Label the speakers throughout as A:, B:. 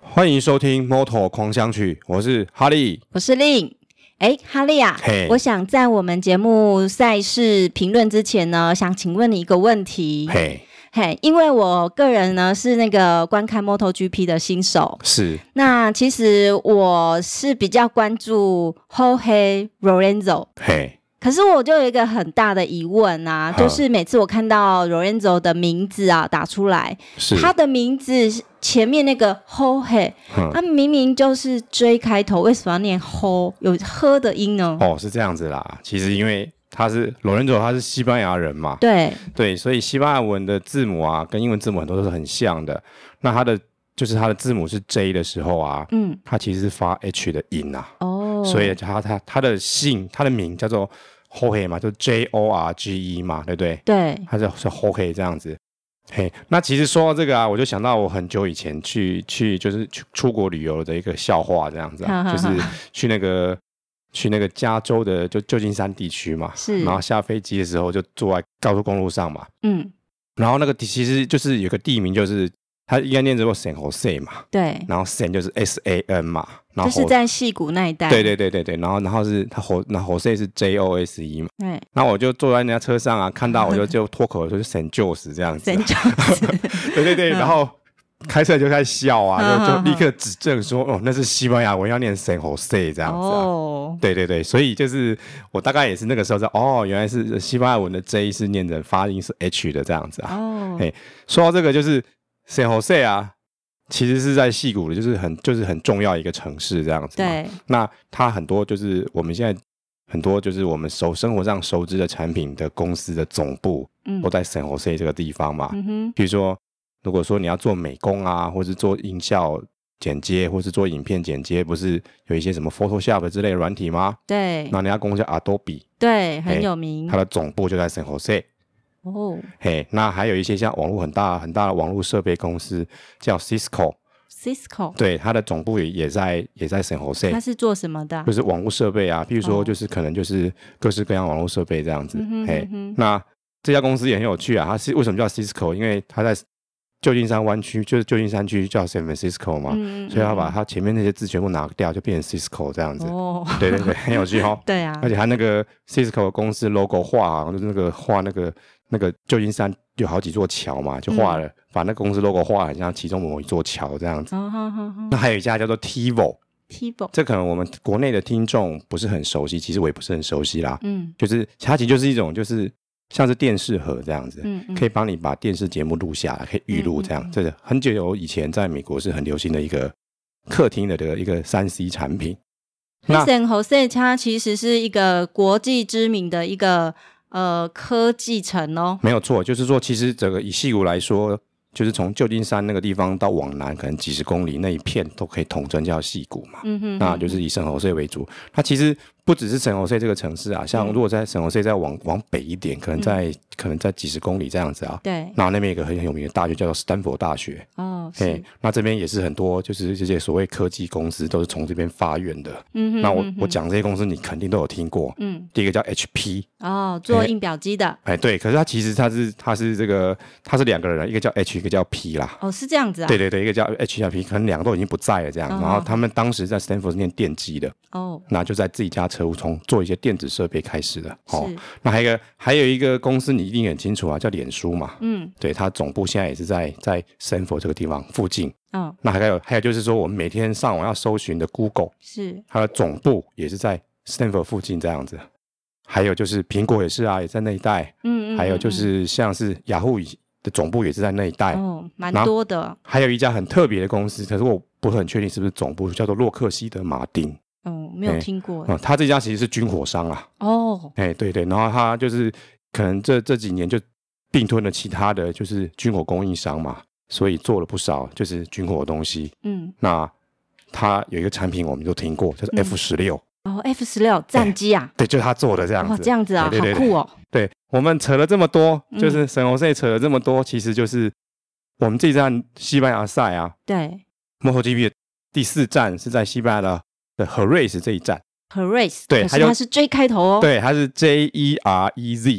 A: 欢迎收听《Moto 狂想曲》，我是哈利。
B: 我是令。哎，哈利啊
A: 嘿，
B: 我想在我们节目赛事评论之前呢，想请问你一个问题。
A: 嘿，
B: 嘿，因为我个人呢是那个观看 MotoGP 的新手，
A: 是
B: 那其实我是比较关注 Jorge Lorenzo。
A: 嘿，
B: 可是我就有一个很大的疑问啊，
A: 哈
B: 就是每次我看到 Lorenzo 的名字啊打出来，
A: 是
B: 他的名字前面那个 Jorge，
A: 嗯
B: 他明明就是 J 开头，为什么要念 ho 有喝的音呢？
A: 哦，是这样子啦。其实因为他是罗伦佐，他是西班牙人嘛，
B: 对，
A: 对，所以西班牙文的字母啊，跟英文字母很多都是很像的。那他的就是他的字母是 J 的时候啊，
B: 嗯，
A: 他其实是发 H 的音啊，
B: 哦，
A: 所以他他他的姓他的名叫做 Jorge 嘛，就 J O R G E 嘛，对不对？
B: 对，
A: 他是是 Jorge 这样子。嘿，那其实说到这个啊，我就想到我很久以前去去就是去出国旅游的一个笑话，这样子、啊，
B: 好好
A: 就是
B: 好
A: 去那个去那个加州的就旧金山地区嘛，
B: 是
A: 然后下飞机的时候就坐在高速公路上嘛，
B: 嗯，
A: 然后那个地其实就是有个地名，就是它应该念作 San Jose 嘛，
B: 对，
A: 然后 San 就是 S A N 嘛，然
B: 就
A: 后
B: 是
A: Jose-
B: 在戏谷那一带，
A: 对对对对对，然后然后是它 Jose 然后 Jose 是 J O S E 嘛，
B: 对，
A: 然后我就坐在人家车上啊，看到我就 就脱口而出就 San Jose 这样子、啊
B: 真，就是，
A: 对对对，然后开车就开始笑啊，就
B: 嗯嗯嗯
A: 就
B: 嗯
A: 立刻指正说，哦，那是西班牙文要念 San Jose 这样子啊。
B: 哦，
A: 对对对，所以就是我大概也是那个时候在哦，原来是西班牙文的 J 是念成发音是 H 的这样子啊。
B: 哦
A: 嘿，说到这个，就是 San Jose 啊，其实是在戏谷的，就是很就是很重要一个城市这样子。，
B: 对，
A: 那它很多就是我们现在很多就是我们熟生活上熟知的产品的公司的总部
B: 嗯
A: 都，在 San Jose 这个地方嘛。
B: 嗯哼，
A: 比如说，如果说你要做美工啊，或是做音效剪接，或是做影片剪接，不是有一些什么 Photoshop 之类的软体吗？
B: 对，嗯
A: 那人家公司叫 Adobe，
B: 对，很
A: 嘿
B: 有名
A: 它，的总部就在 San Jose。
B: 哦
A: 嘿，那还有一些像网络很大很大的网络设备公司叫 Cisco，
B: ，Cisco，
A: 对，它的总部也也在也在 San
B: 他
A: Jose，
B: 是做什么的啊
A: 就？是网络设备啊，譬如说
B: 哦
A: 就是可能就是各式各样网络设备这样子。
B: 嗯哼
A: 嘿
B: 嗯，哼
A: 那这家公司也很有趣啊，它是为什么叫 Cisco？因为它在旧金山湾区，就是旧金山区叫 San Francisco 嘛，
B: 嗯，嗯
A: 啊所以它把
B: 嗯
A: 它前面那些字全部拿掉，就变成 Cisco 这样子。
B: 哦，
A: 对对对，很有趣哦。
B: 对啊
A: 而，且它那个 Cisco 的公司 logo 画好像就是那个画那个那个旧金山有好几座桥嘛，就画了、把那个公司 logo 画得很像其中某一座桥这样子。
B: 嗯哦，好好好
A: 那还有一家叫做 TiVo，
B: ，Tibo，
A: 这可能我们国内的听众不是很熟悉，其实我也不是很熟悉啦。
B: 嗯
A: 就是它其实就是一种就是像是电视盒这样子，
B: 嗯嗯，
A: 可以帮你把电视节目录下来，可以预录这样。
B: 嗯嗯嗯
A: 这个很久以前在美国是很流行的一个客厅的这个一个三 C 产品。那
B: Vincent Jose 它其实是一个国际知名的一个呃科技城哦。
A: 没有错，就是说，其实整个以西谷来说，就是从旧金山那个地方到往南，可能几十公里那一片都可以统称叫西谷嘛。
B: 嗯哼，
A: 那就是以圣侯塞为主。它其实不只是圣侯塞这个城市啊，像
B: 嗯
A: 如果在圣侯塞再往往北一点，可能在、可能在几十公里这样子啊。
B: 对
A: 那那边有一个很有名的大学叫做斯坦福大学，
B: 哦，
A: 嘿
B: 是，
A: 那这边也是很多就是这些所谓科技公司都是从这边发源的。
B: 嗯哼，
A: 那我
B: 嗯哼
A: 我讲这些公司，你肯定都有听过。
B: 嗯
A: 第一个叫 HP，
B: 哦，做
A: 哎
B: 印表机的
A: 哎，对，可是他其实他是他是这个他是两个人，一个叫 H，一个叫 P 啦。
B: 哦，是这样子啊
A: 对，对对，一个叫 H 叫 P，可能两个都已经不在了这样。
B: 嗯
A: 然后
B: 嗯
A: 他们当时在 Stanford 是念电机的，
B: 哦，
A: 那就在自己家车屋从做一些电子设备开始的。哦，
B: 是
A: 那还有一个还有一个公司你一定很清楚啊，叫脸书嘛。
B: 嗯
A: 对，它总部现在也是在在 Stanford 这个地方附近。
B: 哦
A: 那还有还有就是说，我们每天上网要搜寻的 Google，
B: 是
A: 它的总部也是在 Stanford 附近这样子。还有就是苹果也是啊，也在那一带。
B: 嗯嗯，
A: 还有就
B: 嗯
A: 是像是雅虎的总部也是在那一带，
B: 嗯哦，蛮
A: 然后
B: 多的
A: 还有一家很特别的公司，可是我不是很确定是不是总部，叫做洛克希德马丁
B: 哦，没
A: 哎
B: 有听过
A: 啊、嗯他这家其实是军火商啊，
B: 哦，
A: 哎，对对，然后他就是可能这这几年就并吞了其他的就是军火供应商嘛，所以做了不少就是军火的东西。
B: 嗯
A: 那他有一个产品我们都听过，就是
B: 嗯
A: F 十六、
B: 哦，F 十六战机啊，
A: 对，就是他做的这样
B: 哇，
A: 子，
B: 这样子啊，
A: 哎对对
B: 好
A: 对
B: 酷哦，
A: 对我们扯了这么多，
B: 嗯
A: 就是沈红赛扯了这么多，其实就是我们这一站西班牙赛啊
B: 对
A: ，MotoGP 的第四站是在西班牙的的 Jerez 这一站，
B: ，Herace，
A: 对它
B: 可是
A: 就
B: 它是 J 开头哦，
A: 对，它是 J E R E Z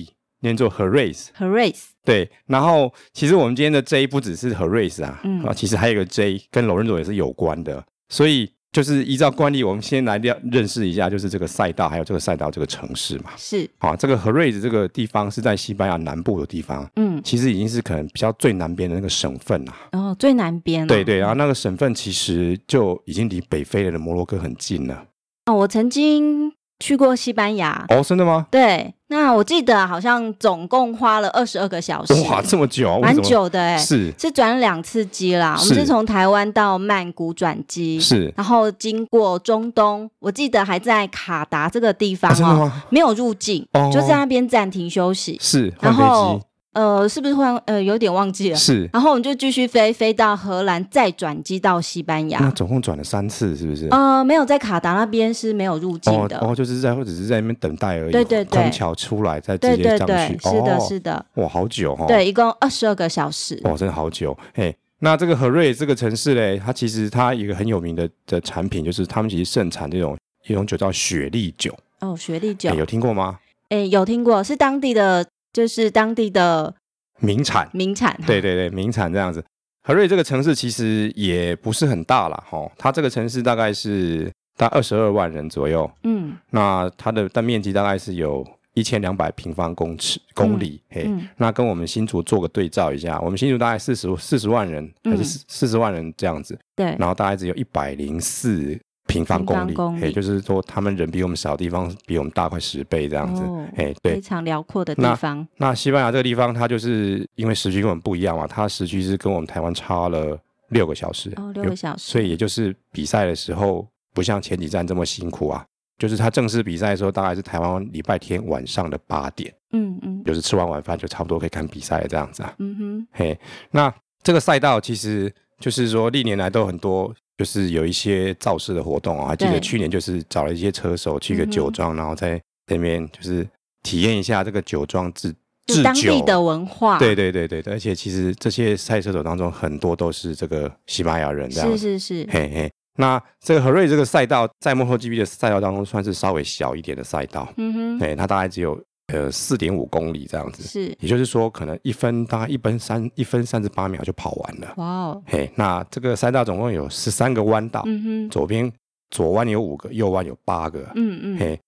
A: 念作 Herace。
B: Herace，
A: 对，然后其实我们今天的 J 不只是 Herace 啊，
B: 嗯
A: 啊，其实还有一个 J 跟柔韧佐也是有关的，所以就是依照惯例，我们先来了认识一下，就是这个赛道，还有这个赛道这个城市嘛。
B: 是，
A: 啊，这个 Herace 这个地方是在西班牙南部的地方，
B: 嗯，
A: 其实已经是可能比较最南边的那个省份啦、
B: 然、后最南边、哦
A: 对，对，然后那个省份其实就已经离北非的摩洛哥很近了。
B: 哦，我曾经去过西班牙，
A: 哦，真的吗？
B: 对，那我记得好像总共花了二十二个小时，
A: 哇，这么久啊，为
B: 蛮
A: 什么。
B: 久的哎、
A: 是
B: 是转了两次机啦。我
A: 是
B: 们是从台湾到曼谷转机，
A: 是
B: 然后经过中东，我记得还在卡达这个地方
A: 啊，真的
B: 哦，
A: 吗？
B: 没有入境，
A: 哦
B: 就在那边暂停休息。
A: 是换
B: 然
A: 飞
B: 后呃，是不是换呃有点忘记
A: 机
B: 了？
A: 是，
B: 然后我们就继续飞，飞到荷兰，再转机到西班
A: 那
B: 牙。
A: 总共转了三次，是不是？
B: 呃，没有在卡达那边是没有入境
A: 哦
B: 的，
A: 哦，就是在或者是在那边等待而已，
B: 对对对
A: 空桥出来再直
B: 对
A: 接
B: 对
A: 上
B: 对
A: 去，，
B: 是的，
A: 哦
B: 是的，
A: 哇，好久哦，，
B: 对，一共二十二个小时。
A: 哇，真的好久，嘿。那这个何瑞这个城市嘞，它其实它一个很有名的的产品，就是他们其实盛产这种一种酒叫雪莉酒，
B: 哦，学历酒
A: 哎，，有听过吗？
B: 哎，有听过，是当地的，就是当地的
A: 名产，
B: 名产。
A: 对，对对，名产这样子。何瑞这个城市其实也不是很大啦，哈、它这个城市大概是大二十二万人左右，
B: 嗯
A: 那它的但面积大概是有一千两百平方公尺公里，嘿，
B: 嗯，
A: 那跟我们新竹做个对照一下，我们新竹大概四十四十万人还
B: 嗯
A: 是四十万人这样子，
B: 对，
A: 然后大概只有一百零四平方公里，
B: 平方公里
A: 也就是说他们人比我们少，地方比我们大快十倍这样子
B: 哦，
A: 哎、
B: 非
A: 对。
B: 常辽阔的
A: 那
B: 地方。
A: 那西班牙这个地方，它就是因为时区跟我们不一样嘛，它时区是跟我们台湾差了六个小时，
B: 哦，六个小时，
A: 所以也就是比赛的时候不像前几站这么辛苦啊。就是他正式比赛的时候，大概是台湾礼拜天晚上的八点，
B: 嗯嗯
A: 就是吃完晚饭就差不多可以看比赛了这样子啊。
B: 嗯哼，
A: 嘿，那这个赛道其实就是说历年来都很多，就是有一些造势的活动啊、还记得
B: 对
A: 去年就是找了一些车手去一个
B: 嗯哼
A: 酒庄，然后在那边就是体验一下这个酒庄制制
B: 就当
A: 酒
B: 地的文化。
A: 对对对对对，而且其实这些赛车手当中很多都是这个西班牙人这样
B: 是
A: 子。
B: 是是，
A: 嘿嘿，那这个何瑞这个赛道在 MotoGP 的赛道当中算是稍微小一点的赛道，
B: 嗯哼，
A: 对，它大概只有呃四点五公里这样子，
B: 是，
A: 也就是说可能一分大概一分三一分三十八秒就跑完了。
B: 哇哦，
A: 嘿，那这个赛道总共有十三个弯道，
B: 嗯哼，
A: 左边左弯有五个，右弯有八个。
B: 嗯嗯
A: 嘿，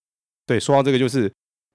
A: 对，说到这个就是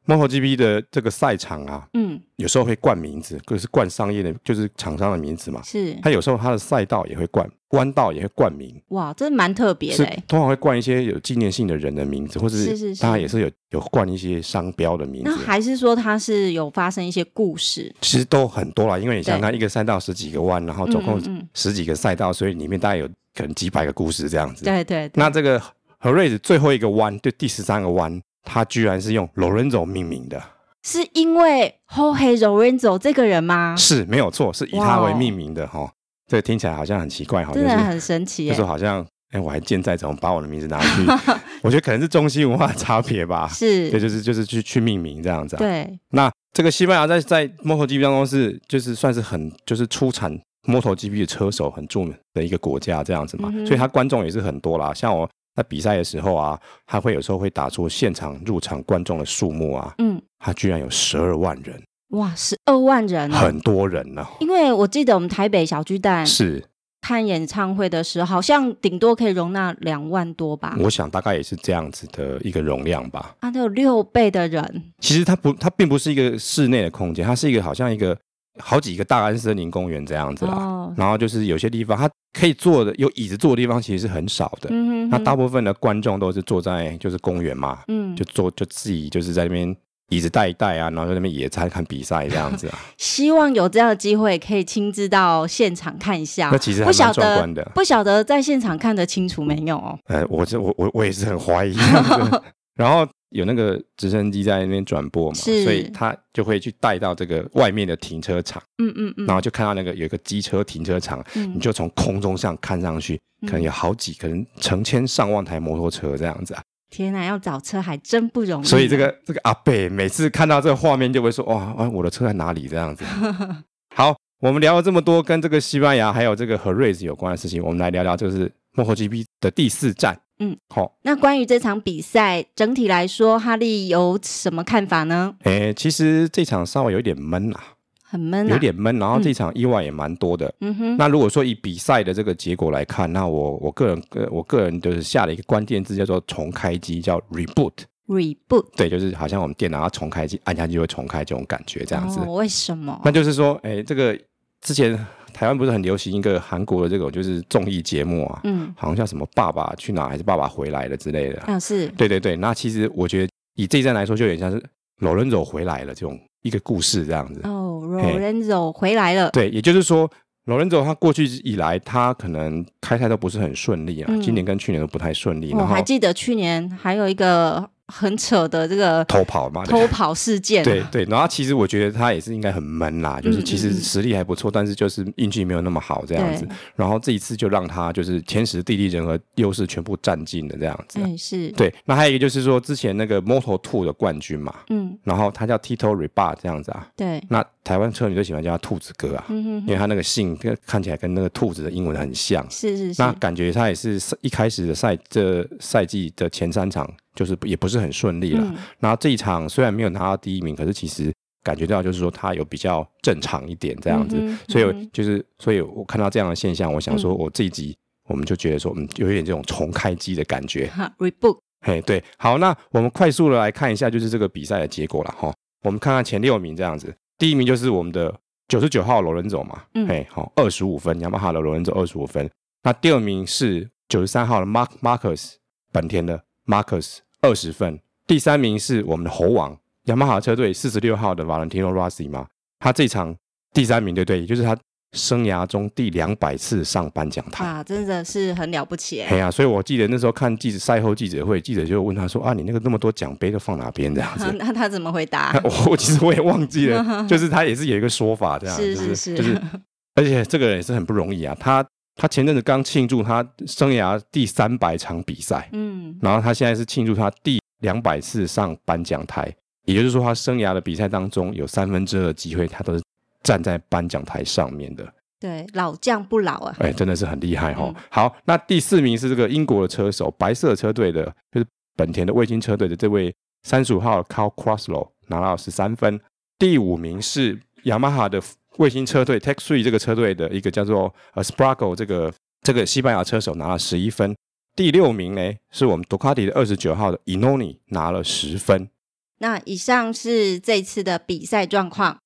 A: MotoGP 的这个赛场啊，
B: 嗯，
A: 有时候会冠名字，就是冠商业的，就是厂商的名字嘛。
B: 是，
A: 它有时候它的赛道也会冠，弯道也会冠名。
B: 哇，这蛮特别
A: 是
B: 的欸。
A: 通常会冠一些有纪念性的人的名字，或者
B: 是是是
A: 当然也是有有冠一些商标的名
B: 那
A: 字，
B: 还是说它是有发生一些故事？
A: 其实都很多啦。因为你想想
B: 对
A: 看，一个赛道十几个弯，然后哦总共
B: 嗯嗯嗯
A: 十几个赛道，所以里面大概有可能几百个故事这样子。
B: 对对，对
A: 那这个何瑞子最后一个弯，就第十三个弯，它居然是用 Lorenzo 命名的，
B: 啊是因为 Jorge Lorenzo 这个人吗？
A: 是没有错，是以
B: 哇
A: 他
B: 哦
A: 为命名的哈。这听起来好像很奇怪啊哈，就
B: 真的
A: 是
B: 很神奇
A: 就
B: 耶
A: 是！好像哎，我还健在，怎么把我的名字拿去？我觉得可能是中西文化的差别吧。对，
B: 是，
A: 就是就是去去命名这样子、啊。
B: 对，
A: 那这个西班牙在在 MotoGP 当中是就是算是很就是出产 MotoGP 的车手很著名的一个国家这样子嘛，
B: 嗯哼
A: 所以他观众也是很多啦。像我在比赛的时候啊，他会有时候会打出现场入场观众的数目啊，
B: 嗯，
A: 他居然有十二万人，
B: 哇，十二万人哦！
A: 很多人呢、
B: 因为我记得我们台北小巨蛋
A: 是，
B: 看演唱会的时候，好像顶多可以容纳两万多吧，
A: 我想大概也是这样子的一个容量吧。
B: 啊，那有六倍的人，
A: 其实它不，它并不是一个室内的空间，它是一个好像一个好几个大安森林公园这样子啦。
B: 哦，
A: 然后就是有些地方它可以坐的有椅子坐的地方其实是很少的，
B: 嗯哼哼
A: 那大部分的观众都是坐在就是公园嘛，
B: 嗯
A: 就，坐就自己就是在那边椅子带一带啊，然后在那边野餐看比赛这样子 啊，
B: 希望有这样的机会可以亲自到现场看一下
A: 那。其实还
B: 啊不
A: 蛮
B: 晓
A: 壮
B: 得
A: 观的。
B: 不晓得在现场看得清楚没有哦？
A: 呃，我这我我我也是很怀疑 这样子然后有那个直升机在那边转播嘛，
B: 是
A: 所以他就会去带到这个外面的停车场，
B: 嗯嗯嗯，
A: 然后就看到那个有一个机车停车场，你
B: 嗯
A: 就从空中上看上去，可能有好几，可能成千上万台摩托车这样子啊。
B: 天哪，要找车还真不容易。啊
A: 所以这个这个阿贝每次看到这个画面就会说：“哇，啊我的车在哪里？”这样子。 好，我们聊了这么多跟这个西班牙还有这个和瑞兹有关的事情，我们来聊聊就是 MotoGP 的第四站
B: 嗯，
A: 好、
B: 那关于这场比赛，整体来说，哈利有什么看法呢？
A: 诶，其实这场稍微有一点闷啊，
B: 很闷、啊，
A: 有，点闷，然后
B: 嗯
A: 这场意外也蛮多的。
B: 嗯哼，
A: 那如果说以比赛的这个结果来看，那我我个人呃我个人就是下了一个关键字叫做重开机，叫 reboot，
B: reboot
A: 对，就是好像我们电脑要重开机，按下去就会重开这种感觉这样子。
B: 哦、为什么？
A: 那就是说，诶，这个之前台湾不是很流行一个韩国的这种就是综艺节目啊，
B: 嗯，
A: 好像叫什么《爸爸去哪儿》还是《爸爸回来了》之类的。
B: 啊是，
A: 对对对，那其实我觉得以这一站来说，就有点像是老人走回来了这种一个故事这样子。
B: 哦
A: 嘿
B: ，Lorenzo 回来了，
A: 对，也就是说，老人走他过去以来，他可能开赛都不是很顺利啊，
B: 嗯
A: 今年跟去年都不太顺利，
B: 我
A: 然后
B: 哦还记得去年还有一个很扯的这个
A: 偷跑嘛，对
B: 偷跑事件，啊
A: 对，对，然后其实我觉得他也是应该很闷啦，就是
B: 嗯
A: 其实
B: 嗯嗯
A: 实力还不错，但是就是运气没有那么好这样子
B: 对。
A: 然后这一次就让他就是天时地利人和优势全部占尽了这样子。
B: 嗯是，
A: 对，那还有一个就是说之前那个 Moto Two 的冠军嘛，
B: 嗯
A: 然后他叫 Tito Rebar 这样子啊，
B: 对，
A: 那台湾车迷就喜欢叫他兔子哥啊，
B: 嗯哼
A: 因为他那个姓跟看起来跟那个兔子的英文很像。
B: 是是
A: 那
B: 是，
A: 感觉他也是一开始的赛这赛季的前三场就是也不是很顺利了。
B: 嗯
A: 然后这一场虽然没有拿到第一名，可是其实感觉到就是说他有比较正常一点这样子，
B: 嗯哼
A: 所以我
B: 嗯哼嗯
A: 就是所以我看到这样的现象，我想说我这一集。我们就觉得说，嗯，有一点这种重开机的感觉，
B: 哈 reboot
A: 嘿，对，好，那我们快速的来看一下，就是这个比赛的结果了哈。我们看看前六名这样子，第一名就是我们的九十九号罗伦佐嘛，
B: 嗯
A: 嘿，好，二十五分，雅马哈的罗伦佐二十五分。那第二名是九十三号的 Mark Marcus，本田的 Marcus 二十分。第三名是我们的猴王雅马哈车队四十六号的 Valentino Rossi 嘛，他这场第三名，对不对？也就是他生涯中第两百次上颁奖台。
B: 啊，真的是很了不起耶，？”
A: 嘿呀、所以我记得那时候看记者赛后记者会，记者就问他说：“啊，你那个那么多奖杯都放哪边这样子
B: 那他怎么回答？
A: 我我其实我也忘记 了，就是他也是有一个说法这样，
B: 是
A: 就是
B: 是
A: 就是，而且这个人也是很不容易啊。他他前阵子刚庆祝他生涯第三百场比赛，
B: 嗯
A: 然后他现在是庆祝他第两百次上颁奖台，也就是说他生涯的比赛当中有三分之二的机会他都是站在颁奖台上面的。
B: 对，老将不老啊，
A: 哎，真的是很厉害哈、
B: 嗯
A: 好，那第四名是这个英国的车手，白色车队的，就是本田的卫星车队的这位三十五号 Carl Crosslow 拿到十三分。第五名是雅马哈的卫星车队 Tech Three 这个车队的一个叫做呃 Sprago 这个这个西班牙车手拿了十一分。第六名呢是我们杜卡迪的二十九号的 Inoni 拿了十分。
B: 那以上是这次的比赛状况。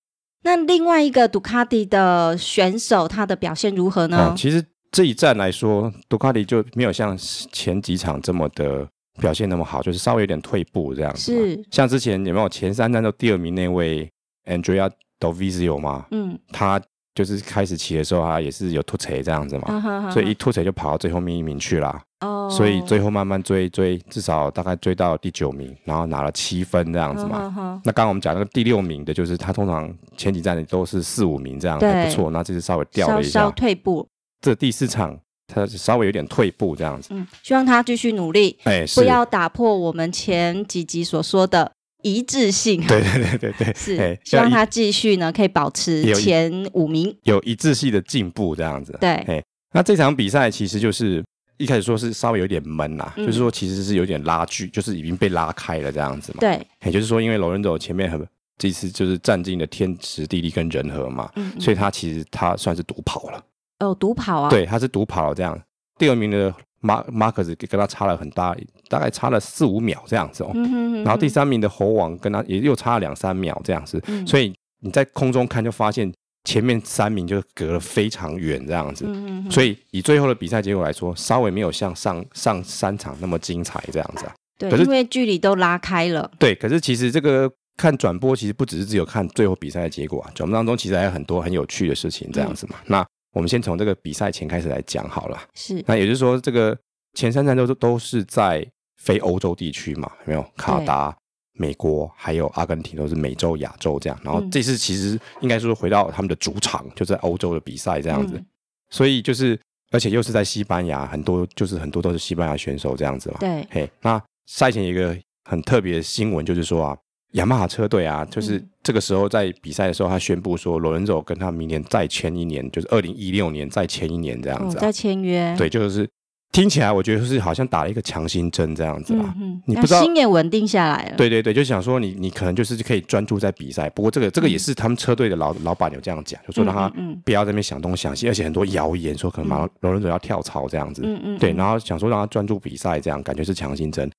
B: 那另外一个杜卡迪的选手，他的表现如何
A: 哦
B: 呢，？
A: 其实这一站来说，杜卡迪就没有像前几场这么的表现那么好，就是稍微有点退步这样子嘛。
B: 是，
A: 像之前有没有前三站都第二名那位 Andrea Dovizio 嘛，
B: 嗯，
A: 他就是开始骑的时候，他也是有突锤这样子嘛，
B: 啊哈哈
A: 所以一
B: 哈
A: 突锤就跑到最后面一名去啦。
B: 哦，
A: 所以最后慢慢追追，至少大概追到第九名，然后拿了七分这样子嘛。
B: 哈哈哈
A: 那刚刚我们讲那个第六名的，就是他通常前几站都是四五名这样，
B: 对
A: 还不错。那这次稍微掉
B: 稍
A: 了一下，
B: 稍退步，
A: 这第四场他稍微有点退步这样子。
B: 嗯，希望他继续努力，
A: 哎，是
B: 不，要打破我们前几集所说的一致性。
A: 对对对对对，
B: 是
A: 哎，
B: 希
A: 要
B: 望
A: 一
B: 他继续呢，可以保持
A: 有一
B: 前五名。
A: 有一致性的进步这样子。
B: 对，
A: 哎，那这场比赛其实就是一开始说是稍微有点闷啦、
B: 嗯
A: 就是说其实是有点拉锯，就是已经被拉开了这样子嘛。，
B: 对，
A: 也就是说，因为罗伦佐前面很这次就是占尽了天时地利跟人和嘛，
B: 嗯，嗯
A: 所以他其实他算是独跑了，
B: 哦，独跑啊，，
A: 对，他是独跑了这样。第二名的马马克斯跟他差了很大，大概差了四五秒这样子哦。
B: 嗯哼哼哼，
A: 然后第三名的猴王跟他也又差了两三秒这样子，
B: 嗯
A: 所以你在空中看就发现前面三名就隔了非常远这样子。
B: 嗯嗯，
A: 所以以最后的比赛结果来说，稍微没有像上上三场那么精彩这样子啊。
B: 对，
A: 可是
B: 因为距离都拉开了，
A: 对，可是其实这个看转播，其实不只是只有看最后比赛的结果啊，转播当中其实还有很多很有趣的事情这样子嘛。
B: 嗯
A: 那我们先从这个比赛前开始来讲好了。
B: 是，
A: 那也就是说，这个前三站都都是在非欧洲地区嘛，有没有？卡达、美国还有阿根廷都是美洲、亚洲这样。然后
B: 嗯
A: 这次其实应该说回到他们的主场，就在欧洲的比赛这样子。
B: 嗯
A: 所以就是，而且又是在西班牙，很多就是很多都是西班牙选手这样子嘛。
B: 对，
A: 嘿，那赛前有一个很特别的新闻，就是说啊，雅马哈车队啊，就是
B: 嗯
A: 这个时候在比赛的时候，他宣布说，罗伦佐跟他明年再签一年，就是二零一六年再签一年这样
B: 哦，
A: 子、啊。
B: 在签约，
A: 对，就是听起来我觉得是好像打了一个强心针这样子啦。
B: 嗯哼，
A: 你
B: 那
A: 不知道
B: 心也稳定下来了。，
A: 对对对，就想说你你可能就是可以专注在比赛。不过这个这个也是他们车队的老老板有这样讲，就说让他
B: 嗯
A: 不要在那边想东想西，而且很多谣言说可能马罗伦佐要跳槽这样子。
B: 嗯嗯，
A: 对，
B: 后
A: 然后想说让他专注比赛，这样感觉是强心针。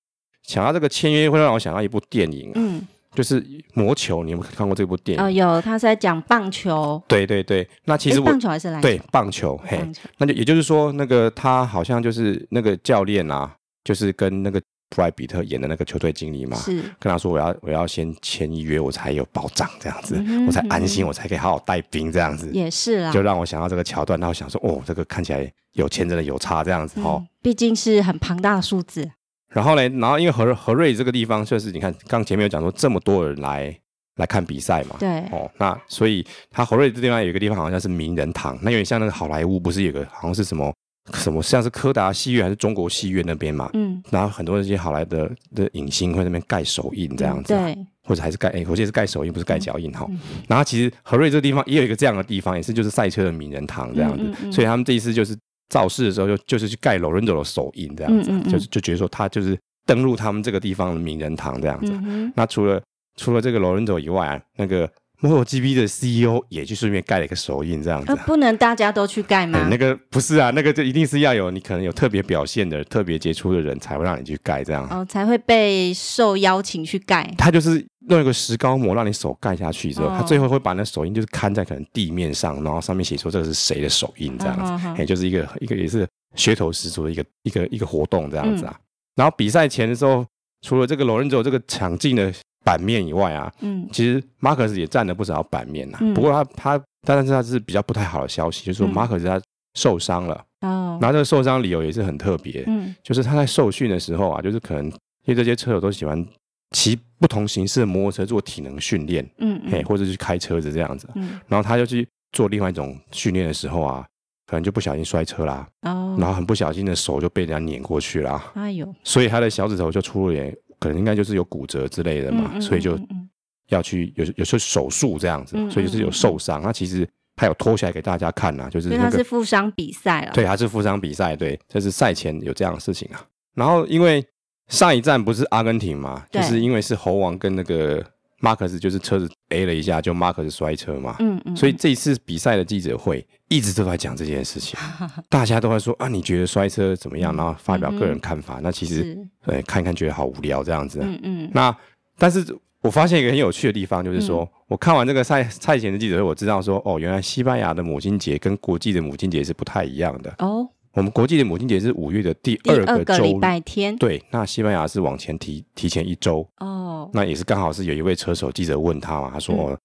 A: 想到这个签约，会让我想到一部电影啊，
B: 嗯
A: 就是《魔球》，你有没有看过这部电影？
B: 哦有，他是在讲棒球，
A: 对对对，那嗯其实
B: 诶
A: 我
B: 棒球还是篮球哦
A: 对棒球，嘿，
B: 棒球，
A: 那就也就是说，那个他好像就是那个教练啊，就是跟那个普莱比特演的那个球队经理嘛，
B: 是
A: 跟他说我要我要先签一约，我才有保障这样子，
B: 嗯哼
A: 我才安
B: 嗯
A: 心，
B: 哼
A: 我才可以好好带兵这样子，
B: 也是啦，
A: 就让我想到这个桥段，然后想说哦，这个看起来有钱真的有差这样子哦。
B: 嗯，毕竟是很庞大的数字，
A: 然后嘞，然后因为何何瑞这个地方，就是你看刚前面有讲说这么多人来来看比赛嘛，
B: 对，
A: 哦，那所以他侯瑞这地方有一个地方好像是名人堂，那有点像那个好莱坞，不是有个好像是什么什么，像是柯达戏院还是中国戏院那边嘛。
B: 嗯，
A: 然后很多那些好莱坞的的影星会在那边盖手印这样子、啊，
B: 嗯对，
A: 或者还是盖，诶我记得是盖手印，不是盖脚印哈、
B: 嗯
A: 然后其实何瑞这个地方也有一个这样的地方，也是就是赛车的名人堂这样子，
B: 嗯嗯嗯
A: 所以他们这一次就是造势的时候就就是去盖 l 伦佐的手印这样子啊、
B: 嗯嗯嗯
A: 就是就觉得说他就是登录他们这个地方的名人堂这样子啊、
B: 嗯哼，
A: 那除了除了这个罗伦佐以外、啊，那个 MotoGP 的 CEO 也去顺便盖了一个手印这样子
B: 呃
A: 啊、
B: 不能大家都去盖
A: 哎
B: 吗？
A: 那个不是啊，那个就一定是要有你可能有特别表现的、特别杰出的人才会让你去盖这样。
B: 哦，才会被受邀请去盖。
A: 他就是弄一个石膏模让你手盖下去之后，
B: 哦
A: 他最后会把那手印就是看在可能地面上，然后上面写说这个是谁的手印这样子。
B: 嗯哼哼
A: 也就是一个一个也是噱头十足的一个一个一个活动这样子啊。
B: 嗯
A: 然后比赛前的时候，除了这个罗伦佐这个抢镜的版面以外啊，
B: 嗯
A: 其实马克思也占了不少版面呐、啊
B: 嗯
A: 不过他他，但是他是比较不太好的消息，就是说
B: 嗯
A: 马克思他受伤了，
B: 哦，
A: 然后这个受伤理由也是很特别，
B: 嗯
A: 就是他在受训的时候啊，就是可能因为这些车手都喜欢骑不同形式的摩托车做体能训练，
B: 嗯
A: 嘿，
B: 嗯
A: 或者去开车子这样子，
B: 嗯
A: 然后他就去做另外一种训练的时候啊，可能就不小心摔车啦，然
B: 哦，
A: 后很不小心的手就被人家碾过去啦，
B: 哎呦，
A: 所以他的小指头就出了点，可能应该就是有骨折之类的嘛，
B: 嗯嗯
A: 所以就
B: 嗯嗯
A: 要去有有时候手术这样子嘛，
B: 嗯啊
A: 所以就是有受伤。那其实他有脱下来给大家看呐、啊就是
B: 所以
A: 那
B: 他
A: 个
B: 是负伤比赛了。
A: 对，他是负伤比赛，对，这是赛前有这样的事情啊。然后因为上一站不是阿根廷嘛，就
B: 对
A: 是因为是猴王跟那个马克思，就是车子 A 了一下，就马克思摔车嘛。
B: 嗯，嗯嗯，
A: 所以这一次比赛的记者会一直都在讲这件事 情，大家都在说啊，你觉得摔车怎么样？然后发表个人看法。那其实，
B: 嗯是
A: 呃，看一看觉得好无聊这样子啊。
B: 嗯嗯
A: 那但是我发现一个很有趣的地方，就是说、我看完这个赛赛前的记者会，我知道说，哦，原来西班牙的母亲节跟国际的母亲节是不太一样的。
B: 哦，
A: 我们国际的母亲节是五月的第
B: 第
A: 二
B: 二
A: 个
B: 个
A: 周
B: 礼
A: 日，
B: 拜天
A: 对，那西班牙是往前提提前一周，
B: 哦，
A: 那也是刚好是有一位车手记者问他嘛，他说、
B: 嗯
A: 哦，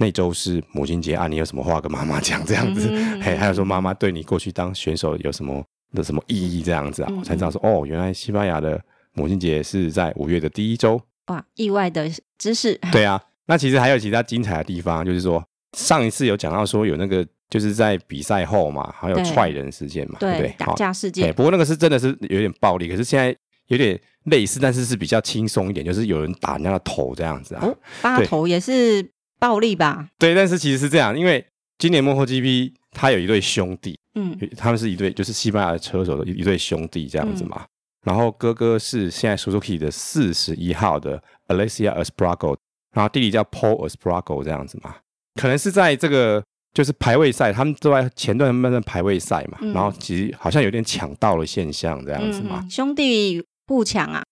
A: 那周是母亲节啊，你有什么话跟妈妈讲这样子？
B: 嗯
A: 嘿，还有说妈妈对你过去当选手有什么的什么意义这样子啊？
B: 嗯
A: 我才知道说哦，原来西班牙的母亲节是在五月的第一 周。
B: 哇，意外的知识，
A: 对啊，那其实还有其他精彩的地方，就是说上一次有讲到说有那个就是在比赛后嘛，还有
B: 对
A: 踹人事件嘛，对不
B: 对，
A: 对？
B: 打
A: 好
B: 架事
A: 哎、
B: 件，
A: 不过那个是真的是有点暴力，可是现在有点类似，但是是比较轻松一点，就是有人打人家的头这样子啊。
B: 哦，八
A: 对
B: 头也是暴力吧？
A: 对，但是其实是这样，因为今年幕后 GP 他有一对兄弟，
B: 嗯
A: 他们是一对就是西班牙的车手的一一对兄弟这样子
B: 嗯
A: 嘛。然后哥哥是现在 Suzuki 的四十一号的 Alessia Espargo，然后弟弟叫 Paul Espargo 这样子嘛。可能是在这个就是排位赛，他们都在前段慢慢排位赛嘛，
B: 嗯
A: 然后其实好像有点抢到了现象这样子嘛。
B: 嗯，兄弟互抢啊，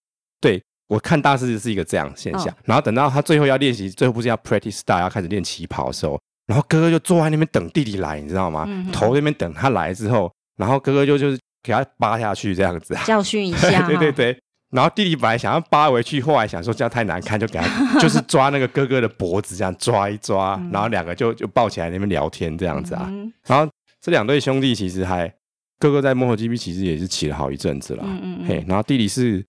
A: 对我看大致是一个这样的现象。
B: 嗯
A: 然后等到他最后要练习，最后不是要 practice style 要开始练旗袍的时候，然后哥哥就坐在那边等弟弟来，你知道吗？
B: 嗯哼
A: 头那边等他来之后，然后哥哥就就是给他扒下去这样子啊，
B: 教训一下，
A: 对对，对。然后弟弟本来想要扒回去，后来想说这样太难看，就给他就是抓那个哥哥的脖子这样抓一抓，
B: 嗯
A: 然后两个就就抱起来那边聊天这
B: 这
A: 样子啊。
B: 嗯
A: 然后这两对兄弟其实还哥哥在 MotoGP 其实也是骑了好一阵子了，
B: 嗯
A: 嘿
B: 嗯，，
A: 然后弟弟是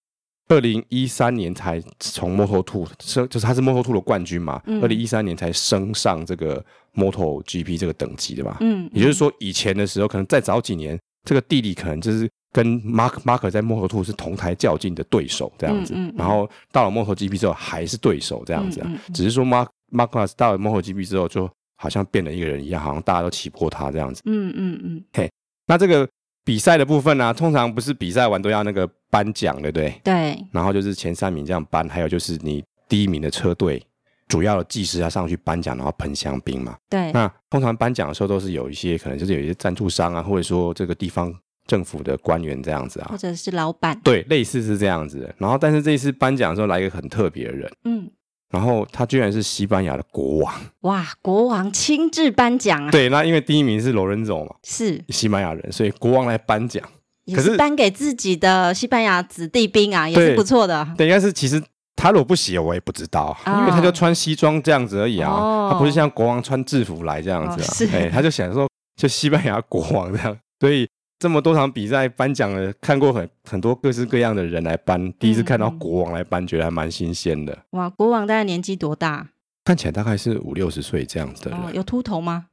A: 二零一三年才从 Moto Two 升，就是他是 Moto Two 的冠军嘛，
B: 嗯
A: 二零一三年才升上这个 Moto GP 这个等级的嘛。
B: 嗯，
A: 也就是说，以前的时候，可能再早几年，这个弟弟可能就是跟 Mark Mark 在 Moto Two 是同台较劲的对手这样子，
B: 嗯嗯嗯
A: 然后到了 Moto GP 之后还是对手这样子、啊，
B: 嗯嗯嗯
A: 只是说 Mark Mark 到了 Moto GP 之后就。好像变了一个人一样，好像大家都起破他这样子。
B: 嗯嗯嗯
A: 那这个比赛的部分呢、通常不是比赛完都要那个颁奖，对不对？
B: 对，
A: 然后就是前三名这样颁，还有就是你第一名的车队，主要的技师要上去颁奖，然后喷香槟嘛。
B: 对，
A: 那通常颁奖的时候都是有一些可能就是有一些赞助商啊，或者说这个地方政府的官员这样子啊
B: 或，者是老板，
A: 对，类似是这样子的。然后但是这一次颁奖的时候来一个很特别的人，
B: 嗯，
A: 然后他居然是西班牙的国王。
B: 哇，国王亲自颁奖 啊，
A: 对，那因为第一名是罗恩佐嘛，
B: 是，
A: 西班牙人，所以国王来颁奖。
B: 也
A: 可
B: 是
A: 是
B: 颁给自己的西班牙子弟兵啊，也是
A: 对
B: 不错的，
A: 对，但是其实他如果不写，我也不知道，
B: 啊
A: 因为他就穿西装这样子而已啊，
B: 哦
A: 他不是像国王穿制服来这样子啊，
B: 哦是
A: 对，他就想说就西班牙国王这样，所以这么多场比赛颁奖的，看过很很多各式各样的人来颁，第一次看到国王来颁，觉得还蛮新鲜的。
B: 哇，国王大概年纪多大？
A: 看起来大概是五六十岁这样子的
B: 哦，
A: 人，
B: 有秃头吗？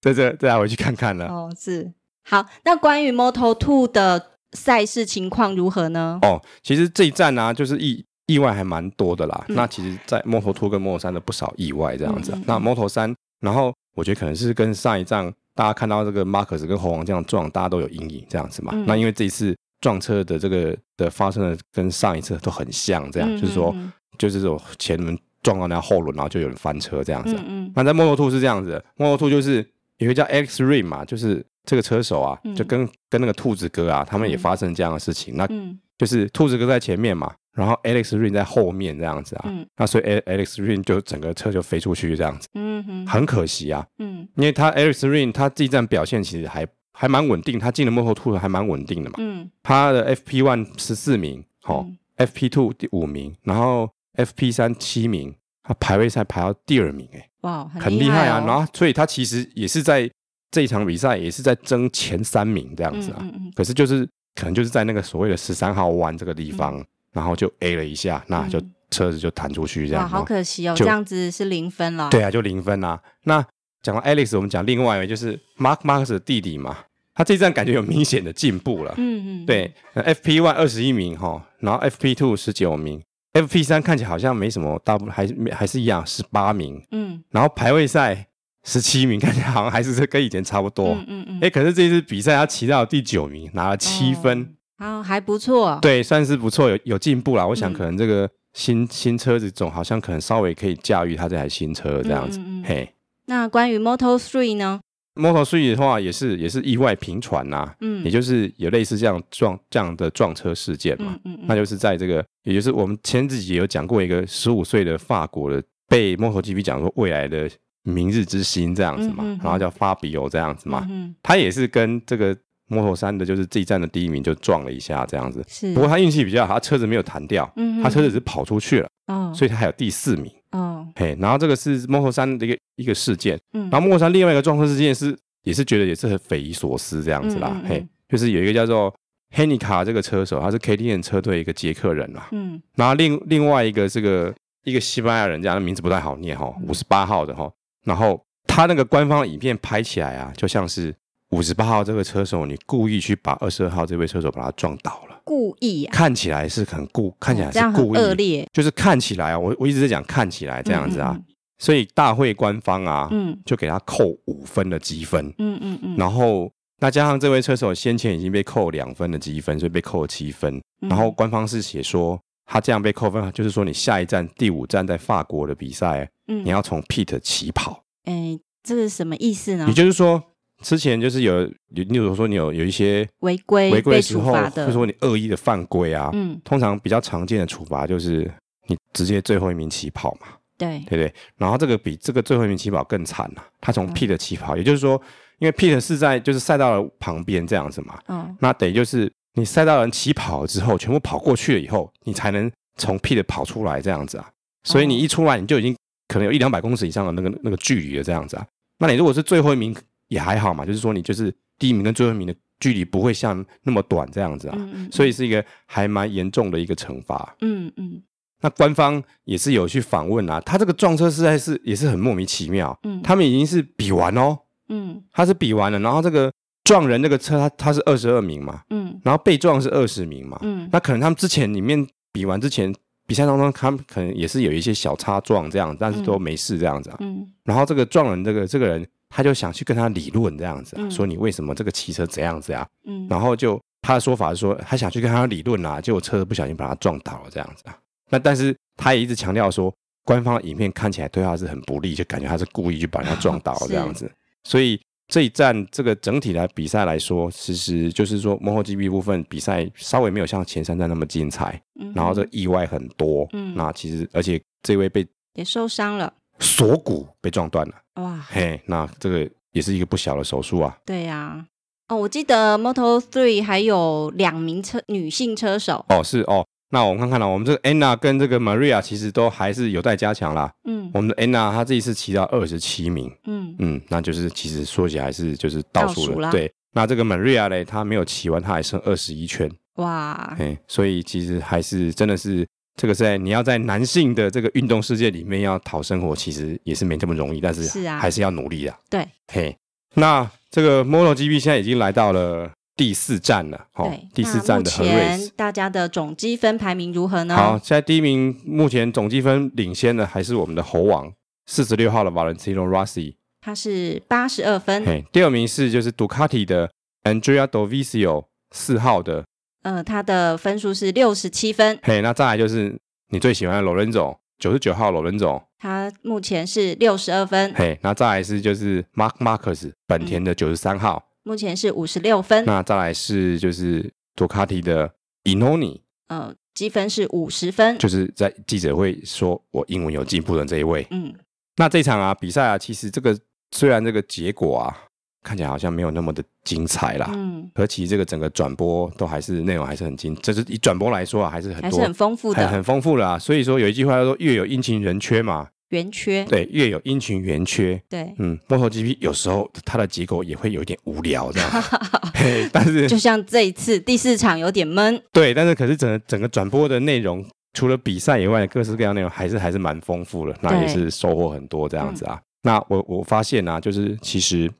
A: 这这这还回去看看了。
B: 哦，是。好，那关于 Moto Two 的赛事情况如何呢？
A: 哦，其实这一站呢、啊，就是意意外还蛮多的啦。
B: 嗯
A: 那其实，在摩托兔跟摩托三的不少意外这样子啊、
B: 嗯嗯嗯
A: 那摩托三，然后我觉得可能是跟上一站大家看到这个 Marcus 跟猴王这样撞，大家都有阴影这样子嘛。
B: 嗯
A: 那因为这一次撞车的这个的发生的跟上一次都很像，这样、
B: 嗯
A: 就是说
B: 嗯
A: 就是这种前轮撞到人家后轮，然后就有人翻车这样子啊、
B: 嗯嗯，
A: 那在摩托兔是这样子的，摩托兔就是有一个叫 X Ray 嘛，就是这个车手啊，
B: 嗯
A: 就跟跟那个兔子哥啊，他们也
B: 嗯
A: 发生这样的事情。那
B: 嗯
A: 就是兔子哥在前面嘛，然后 Alex Rin 在后面这样子啊，
B: 嗯
A: 那所以 A- Alex Rin 就整个车就飞出去这样子，
B: 嗯嗯
A: 很可惜啊，
B: 嗯
A: 因为他 Alex Rin 他这一站表现其实还还蛮稳定，他进了幕后兔还蛮稳定的嘛，
B: 嗯，
A: 他的 FP One 十四名，好、
B: 嗯
A: FP Two 第五名，然后 FP 三七名，他排位赛排到第二名、欸，
B: 哇，很
A: 很厉害啊，
B: 哦
A: 然后所以他其实也是在这一场比赛也是在争前三名这样子啊，
B: 嗯嗯嗯
A: 可是就是可能就是在那个所谓的十三号弯这个地方，然后就 A 了一下，那啊就
B: 嗯
A: 车子就弹出去这样。
B: 哇，好可惜哦，
A: 就
B: 这样子是零分了。
A: 对啊，就零分啦、那讲到 Alex，我们讲另外一位就是 Mark Marcus 的弟弟嘛，他这一站感觉有明显的进步了。
B: 嗯，嗯嗯，
A: 对，FP one 二十一名哈，然后 FP two 十九名，FP 三看起来好像没什么大不，还是还是一样十八名，
B: 嗯，
A: 然后排位赛十七名，看起来好像还是跟以前差不多。
B: 嗯嗯嗯，
A: 哎，可是这一次比赛他骑到第九名，拿了七分。
B: 哦，好，还不错。
A: 对，算是不错，有有进步啦。我想
B: 嗯
A: 可能这个新、新车子总好像可能稍微可以驾驭它这台新车这样子。
B: 嗯嗯嗯
A: 嘿
B: 那关于 Moto Three 呢？
A: ，Moto 3的话也是也是意外频传呐、
B: 嗯，
A: 也就是有类似这样撞这样的撞车事件嘛。
B: 嗯嗯嗯，
A: 那就是在这个，也就是我们前几集有讲过一个十五岁的法国的被 MotoGP 讲说未来的明日之星这样子嘛，
B: 嗯嗯嗯
A: 然后叫法比欧这样子嘛，
B: 嗯，嗯
A: 他也是跟这个 Moto 3的就是这一站的第一名就撞了一下这样子。
B: 是。
A: 不过他运气比较好，他车子没有弹掉，
B: 嗯，嗯
A: 他车子只是跑出去了，
B: 哦，
A: 所以他还有第四名。
B: 哦，
A: 嘿，然后这个是摩托山的一个一个事件，
B: 嗯，
A: 然后摩托山另外一个撞车事件是也是觉得也是很匪夷所思这样子啦。
B: 嗯嗯嗯
A: 嘿，就是有一个叫做 h e n i k a 这个车手，他是 KTM 车队一个捷克人啦，
B: 嗯
A: 然后另另外一个这个一个西班牙人，这样名字不太好念
B: 嗯
A: 哈，五十八号的哈，然后他那个官方影片拍起来啊，就像是五十八号这个车手，你故意去把二十二号这位车手把他撞倒了，
B: 故意啊，
A: 看起来是很故，看起来
B: 哦
A: 是
B: 这样很
A: 故意
B: 恶劣，
A: 就是看起来啊，我我一直在讲看起来这样子啊，
B: 嗯
A: 所以大会官方啊、
B: 嗯
A: 就给他扣五分的积分，
B: 嗯嗯嗯，
A: 然后那加上这位车手先前已经被扣两分的积分，所以被扣了七分，
B: 嗯
A: 然后官方是写说。他这样被扣分，就是说你下一站第五站在法国的比赛，
B: 嗯
A: 你要从 pit 起跑，
B: 哎，这是什么意思呢
A: 也？就是说之前就是有，有你如果说你有有一些
B: 违规
A: 违规
B: 被
A: 的时
B: 处
A: 候，
B: 罚
A: 就
B: 的，
A: 是说你恶意的犯规啊，
B: 嗯，
A: 通常比较常见的处罚就是你直接最后一名起跑嘛，
B: 对，
A: 对不对？然后这个比这个最后一名起跑更惨了、他从
B: 嗯
A: P 的起跑，也就是说，因为 P 的是在就是赛道的旁边这样子嘛，
B: 哦，
A: 那等于就是你赛道人起跑之后，全部跑过去了以后，你才能从 P 的跑出来这样子啊。所以你一出来，你就已经可能有一两百公尺以上的那个那个距离了这样子啊。那你如果是最后一名也还好嘛，就是说你就是第一名跟最后一名的距离不会像那么短这样子啊，
B: 嗯嗯，
A: 所以是一个还蛮严重的一个惩罚。
B: 嗯嗯
A: 那官方也是有去访问啊，他这个撞车实在是也是很莫名其妙。
B: 嗯，
A: 他们已经是比完哦，
B: 嗯
A: 他是比完了，然后这个撞人那个车他他是二十二名嘛，
B: 嗯
A: 然后被撞是二十名嘛，
B: 嗯
A: 那可能他们之前里面比完之前比赛当中，他们可能也是有一些小擦撞这样，但是都没事这样子啊。
B: 嗯
A: 然后这个撞人这个这个人，他就想去跟他理论这样子、啊，
B: 嗯
A: 说你为什么这个汽车怎样子啊？
B: 嗯，
A: 然后就他的说法是说，他想去跟他理论啊，结果车子不小心把他撞倒了这样子啊。那但是他也一直强调说，官方的影片看起来对他是很不利，就感觉他是故意去把人家撞倒
B: 是
A: 这样子。所以这一站这个整体来比赛来说，其实就是说幕后 GB 部分比赛稍微没有像前三站那么精彩，
B: 嗯
A: 然后这意外很多。
B: 嗯
A: 那其实而且这位被
B: 也受伤了，
A: 锁骨被撞断了，
B: 哇，
A: 嘿，那这个也是一个不小的手术啊。
B: 对呀、哦，我记得 Moto Three 还有两名车女性车手，
A: 哦，是哦。那我们看看了、我们这个 Anna 跟这个 Maria 其实都还是有待加强啦。
B: 嗯
A: 我们的 Anna 她这一次骑到二十七名，
B: 嗯
A: 嗯，那就是其实说起来是就是倒数
B: 倒数
A: 了。
B: 啦
A: 对，那这个 Maria 嘞，她没有骑完，她还剩二十一圈，
B: 哇，
A: 哎、所以其实还是真的是这个在你要在男性的这个运动世界里面要讨生活，其实也是没这么容易，但是
B: 是啊
A: 还是要努力的。
B: 对
A: 嘿，那这个 MotoGP 现在已经来到了第四站了，好、
B: 对，
A: 第四
B: 那
A: 站
B: 目
A: 的 h e r a
B: 前大家的总积分排名如何呢？
A: 好，现在第一名目前总积分领先的还是我们的猴王四十六号的 Valentino Rossi，、
B: 他是八十二分，
A: 嘿，第二名是就是 Ducati 的 Andrea Dovizio 四号的，
B: 呃，他的分数是六十七分，
A: 嘿，那再来就是你最喜欢的 Lorenzo 九十九号 Lorenzo，
B: 他目前是六十二分，
A: 嘿，那再来是就是 Mark Marcus 本田的九十三号，
B: 目前是五十六分，
A: 那再来是就是 Ducati 的 Inoni，
B: 呃，积分是五十分，
A: 就是在记者会说我英文有进步的这一位，
B: 嗯，
A: 那这场啊比赛啊，其实这个虽然这个结果啊看起来好像没有那么的精彩啦，
B: 嗯，
A: 可其实这个整个转播都还是内容还是很精，就是以转播来说啊，还是很
B: 还是
A: 多
B: 很丰富
A: 很
B: 的
A: 很丰富啦、所以说有一句话叫做“越有阴晴圆缺”嘛，
B: 圆缺，
A: 对，越有阴晴圆缺。
B: 对，
A: 嗯，MotoGP 有时候它的结果也会有一点无聊 这样， 嘿但是
B: 就像这一次第四场有点闷，
A: 对，但是可是整个整个转播的内容，除了比赛以外，各式各样内容还是还是蛮丰富的，那也
B: 对
A: 是收获很多这样子啊。那我我发现啊，就是其实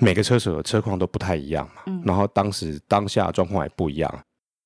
A: 每个车手的车况都不太一样嘛，
B: 嗯
A: 然后当时当下的状况也不一样。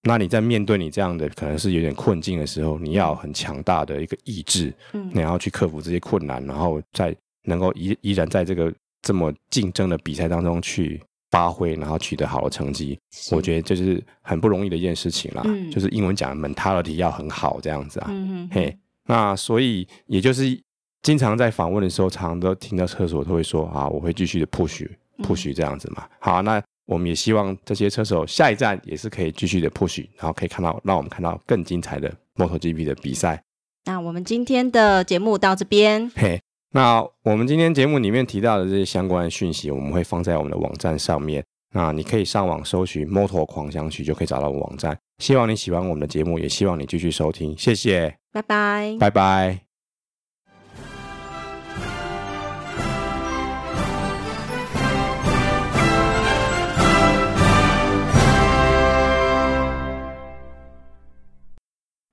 A: 那你在面对你这样的可能是有点困境的时候，你要有很强大的一个意志，
B: 嗯
A: 你要去克服这些困难，然后再能够依依然在这个这么竞争的比赛当中去发挥，然后取得好的成绩。我觉得这是很不容易的一件事情啦，
B: 嗯
A: 就是英文讲的 mentality 要很好这样子啊。
B: 嗯嗯，
A: 嘿，那所以也就是经常在访问的时候，常常都听到车手都会说啊，我会继续的 push
B: 嗯
A: push 这样子嘛。好，那我们也希望这些车手下一站也是可以继续的 push，然后可以看到让我们看到更精彩的 MotoGP 的比赛。
B: 那我们今天的节目到这边，
A: 嘿，那我们今天节目里面提到的这些相关的讯息，我们会放在我们的网站上面。那你可以上网搜寻 “Moto 狂想曲”就可以找到我们网站。希望你喜欢我们的节目，也希望你继续收听，谢谢，
B: 拜拜。
A: 拜拜。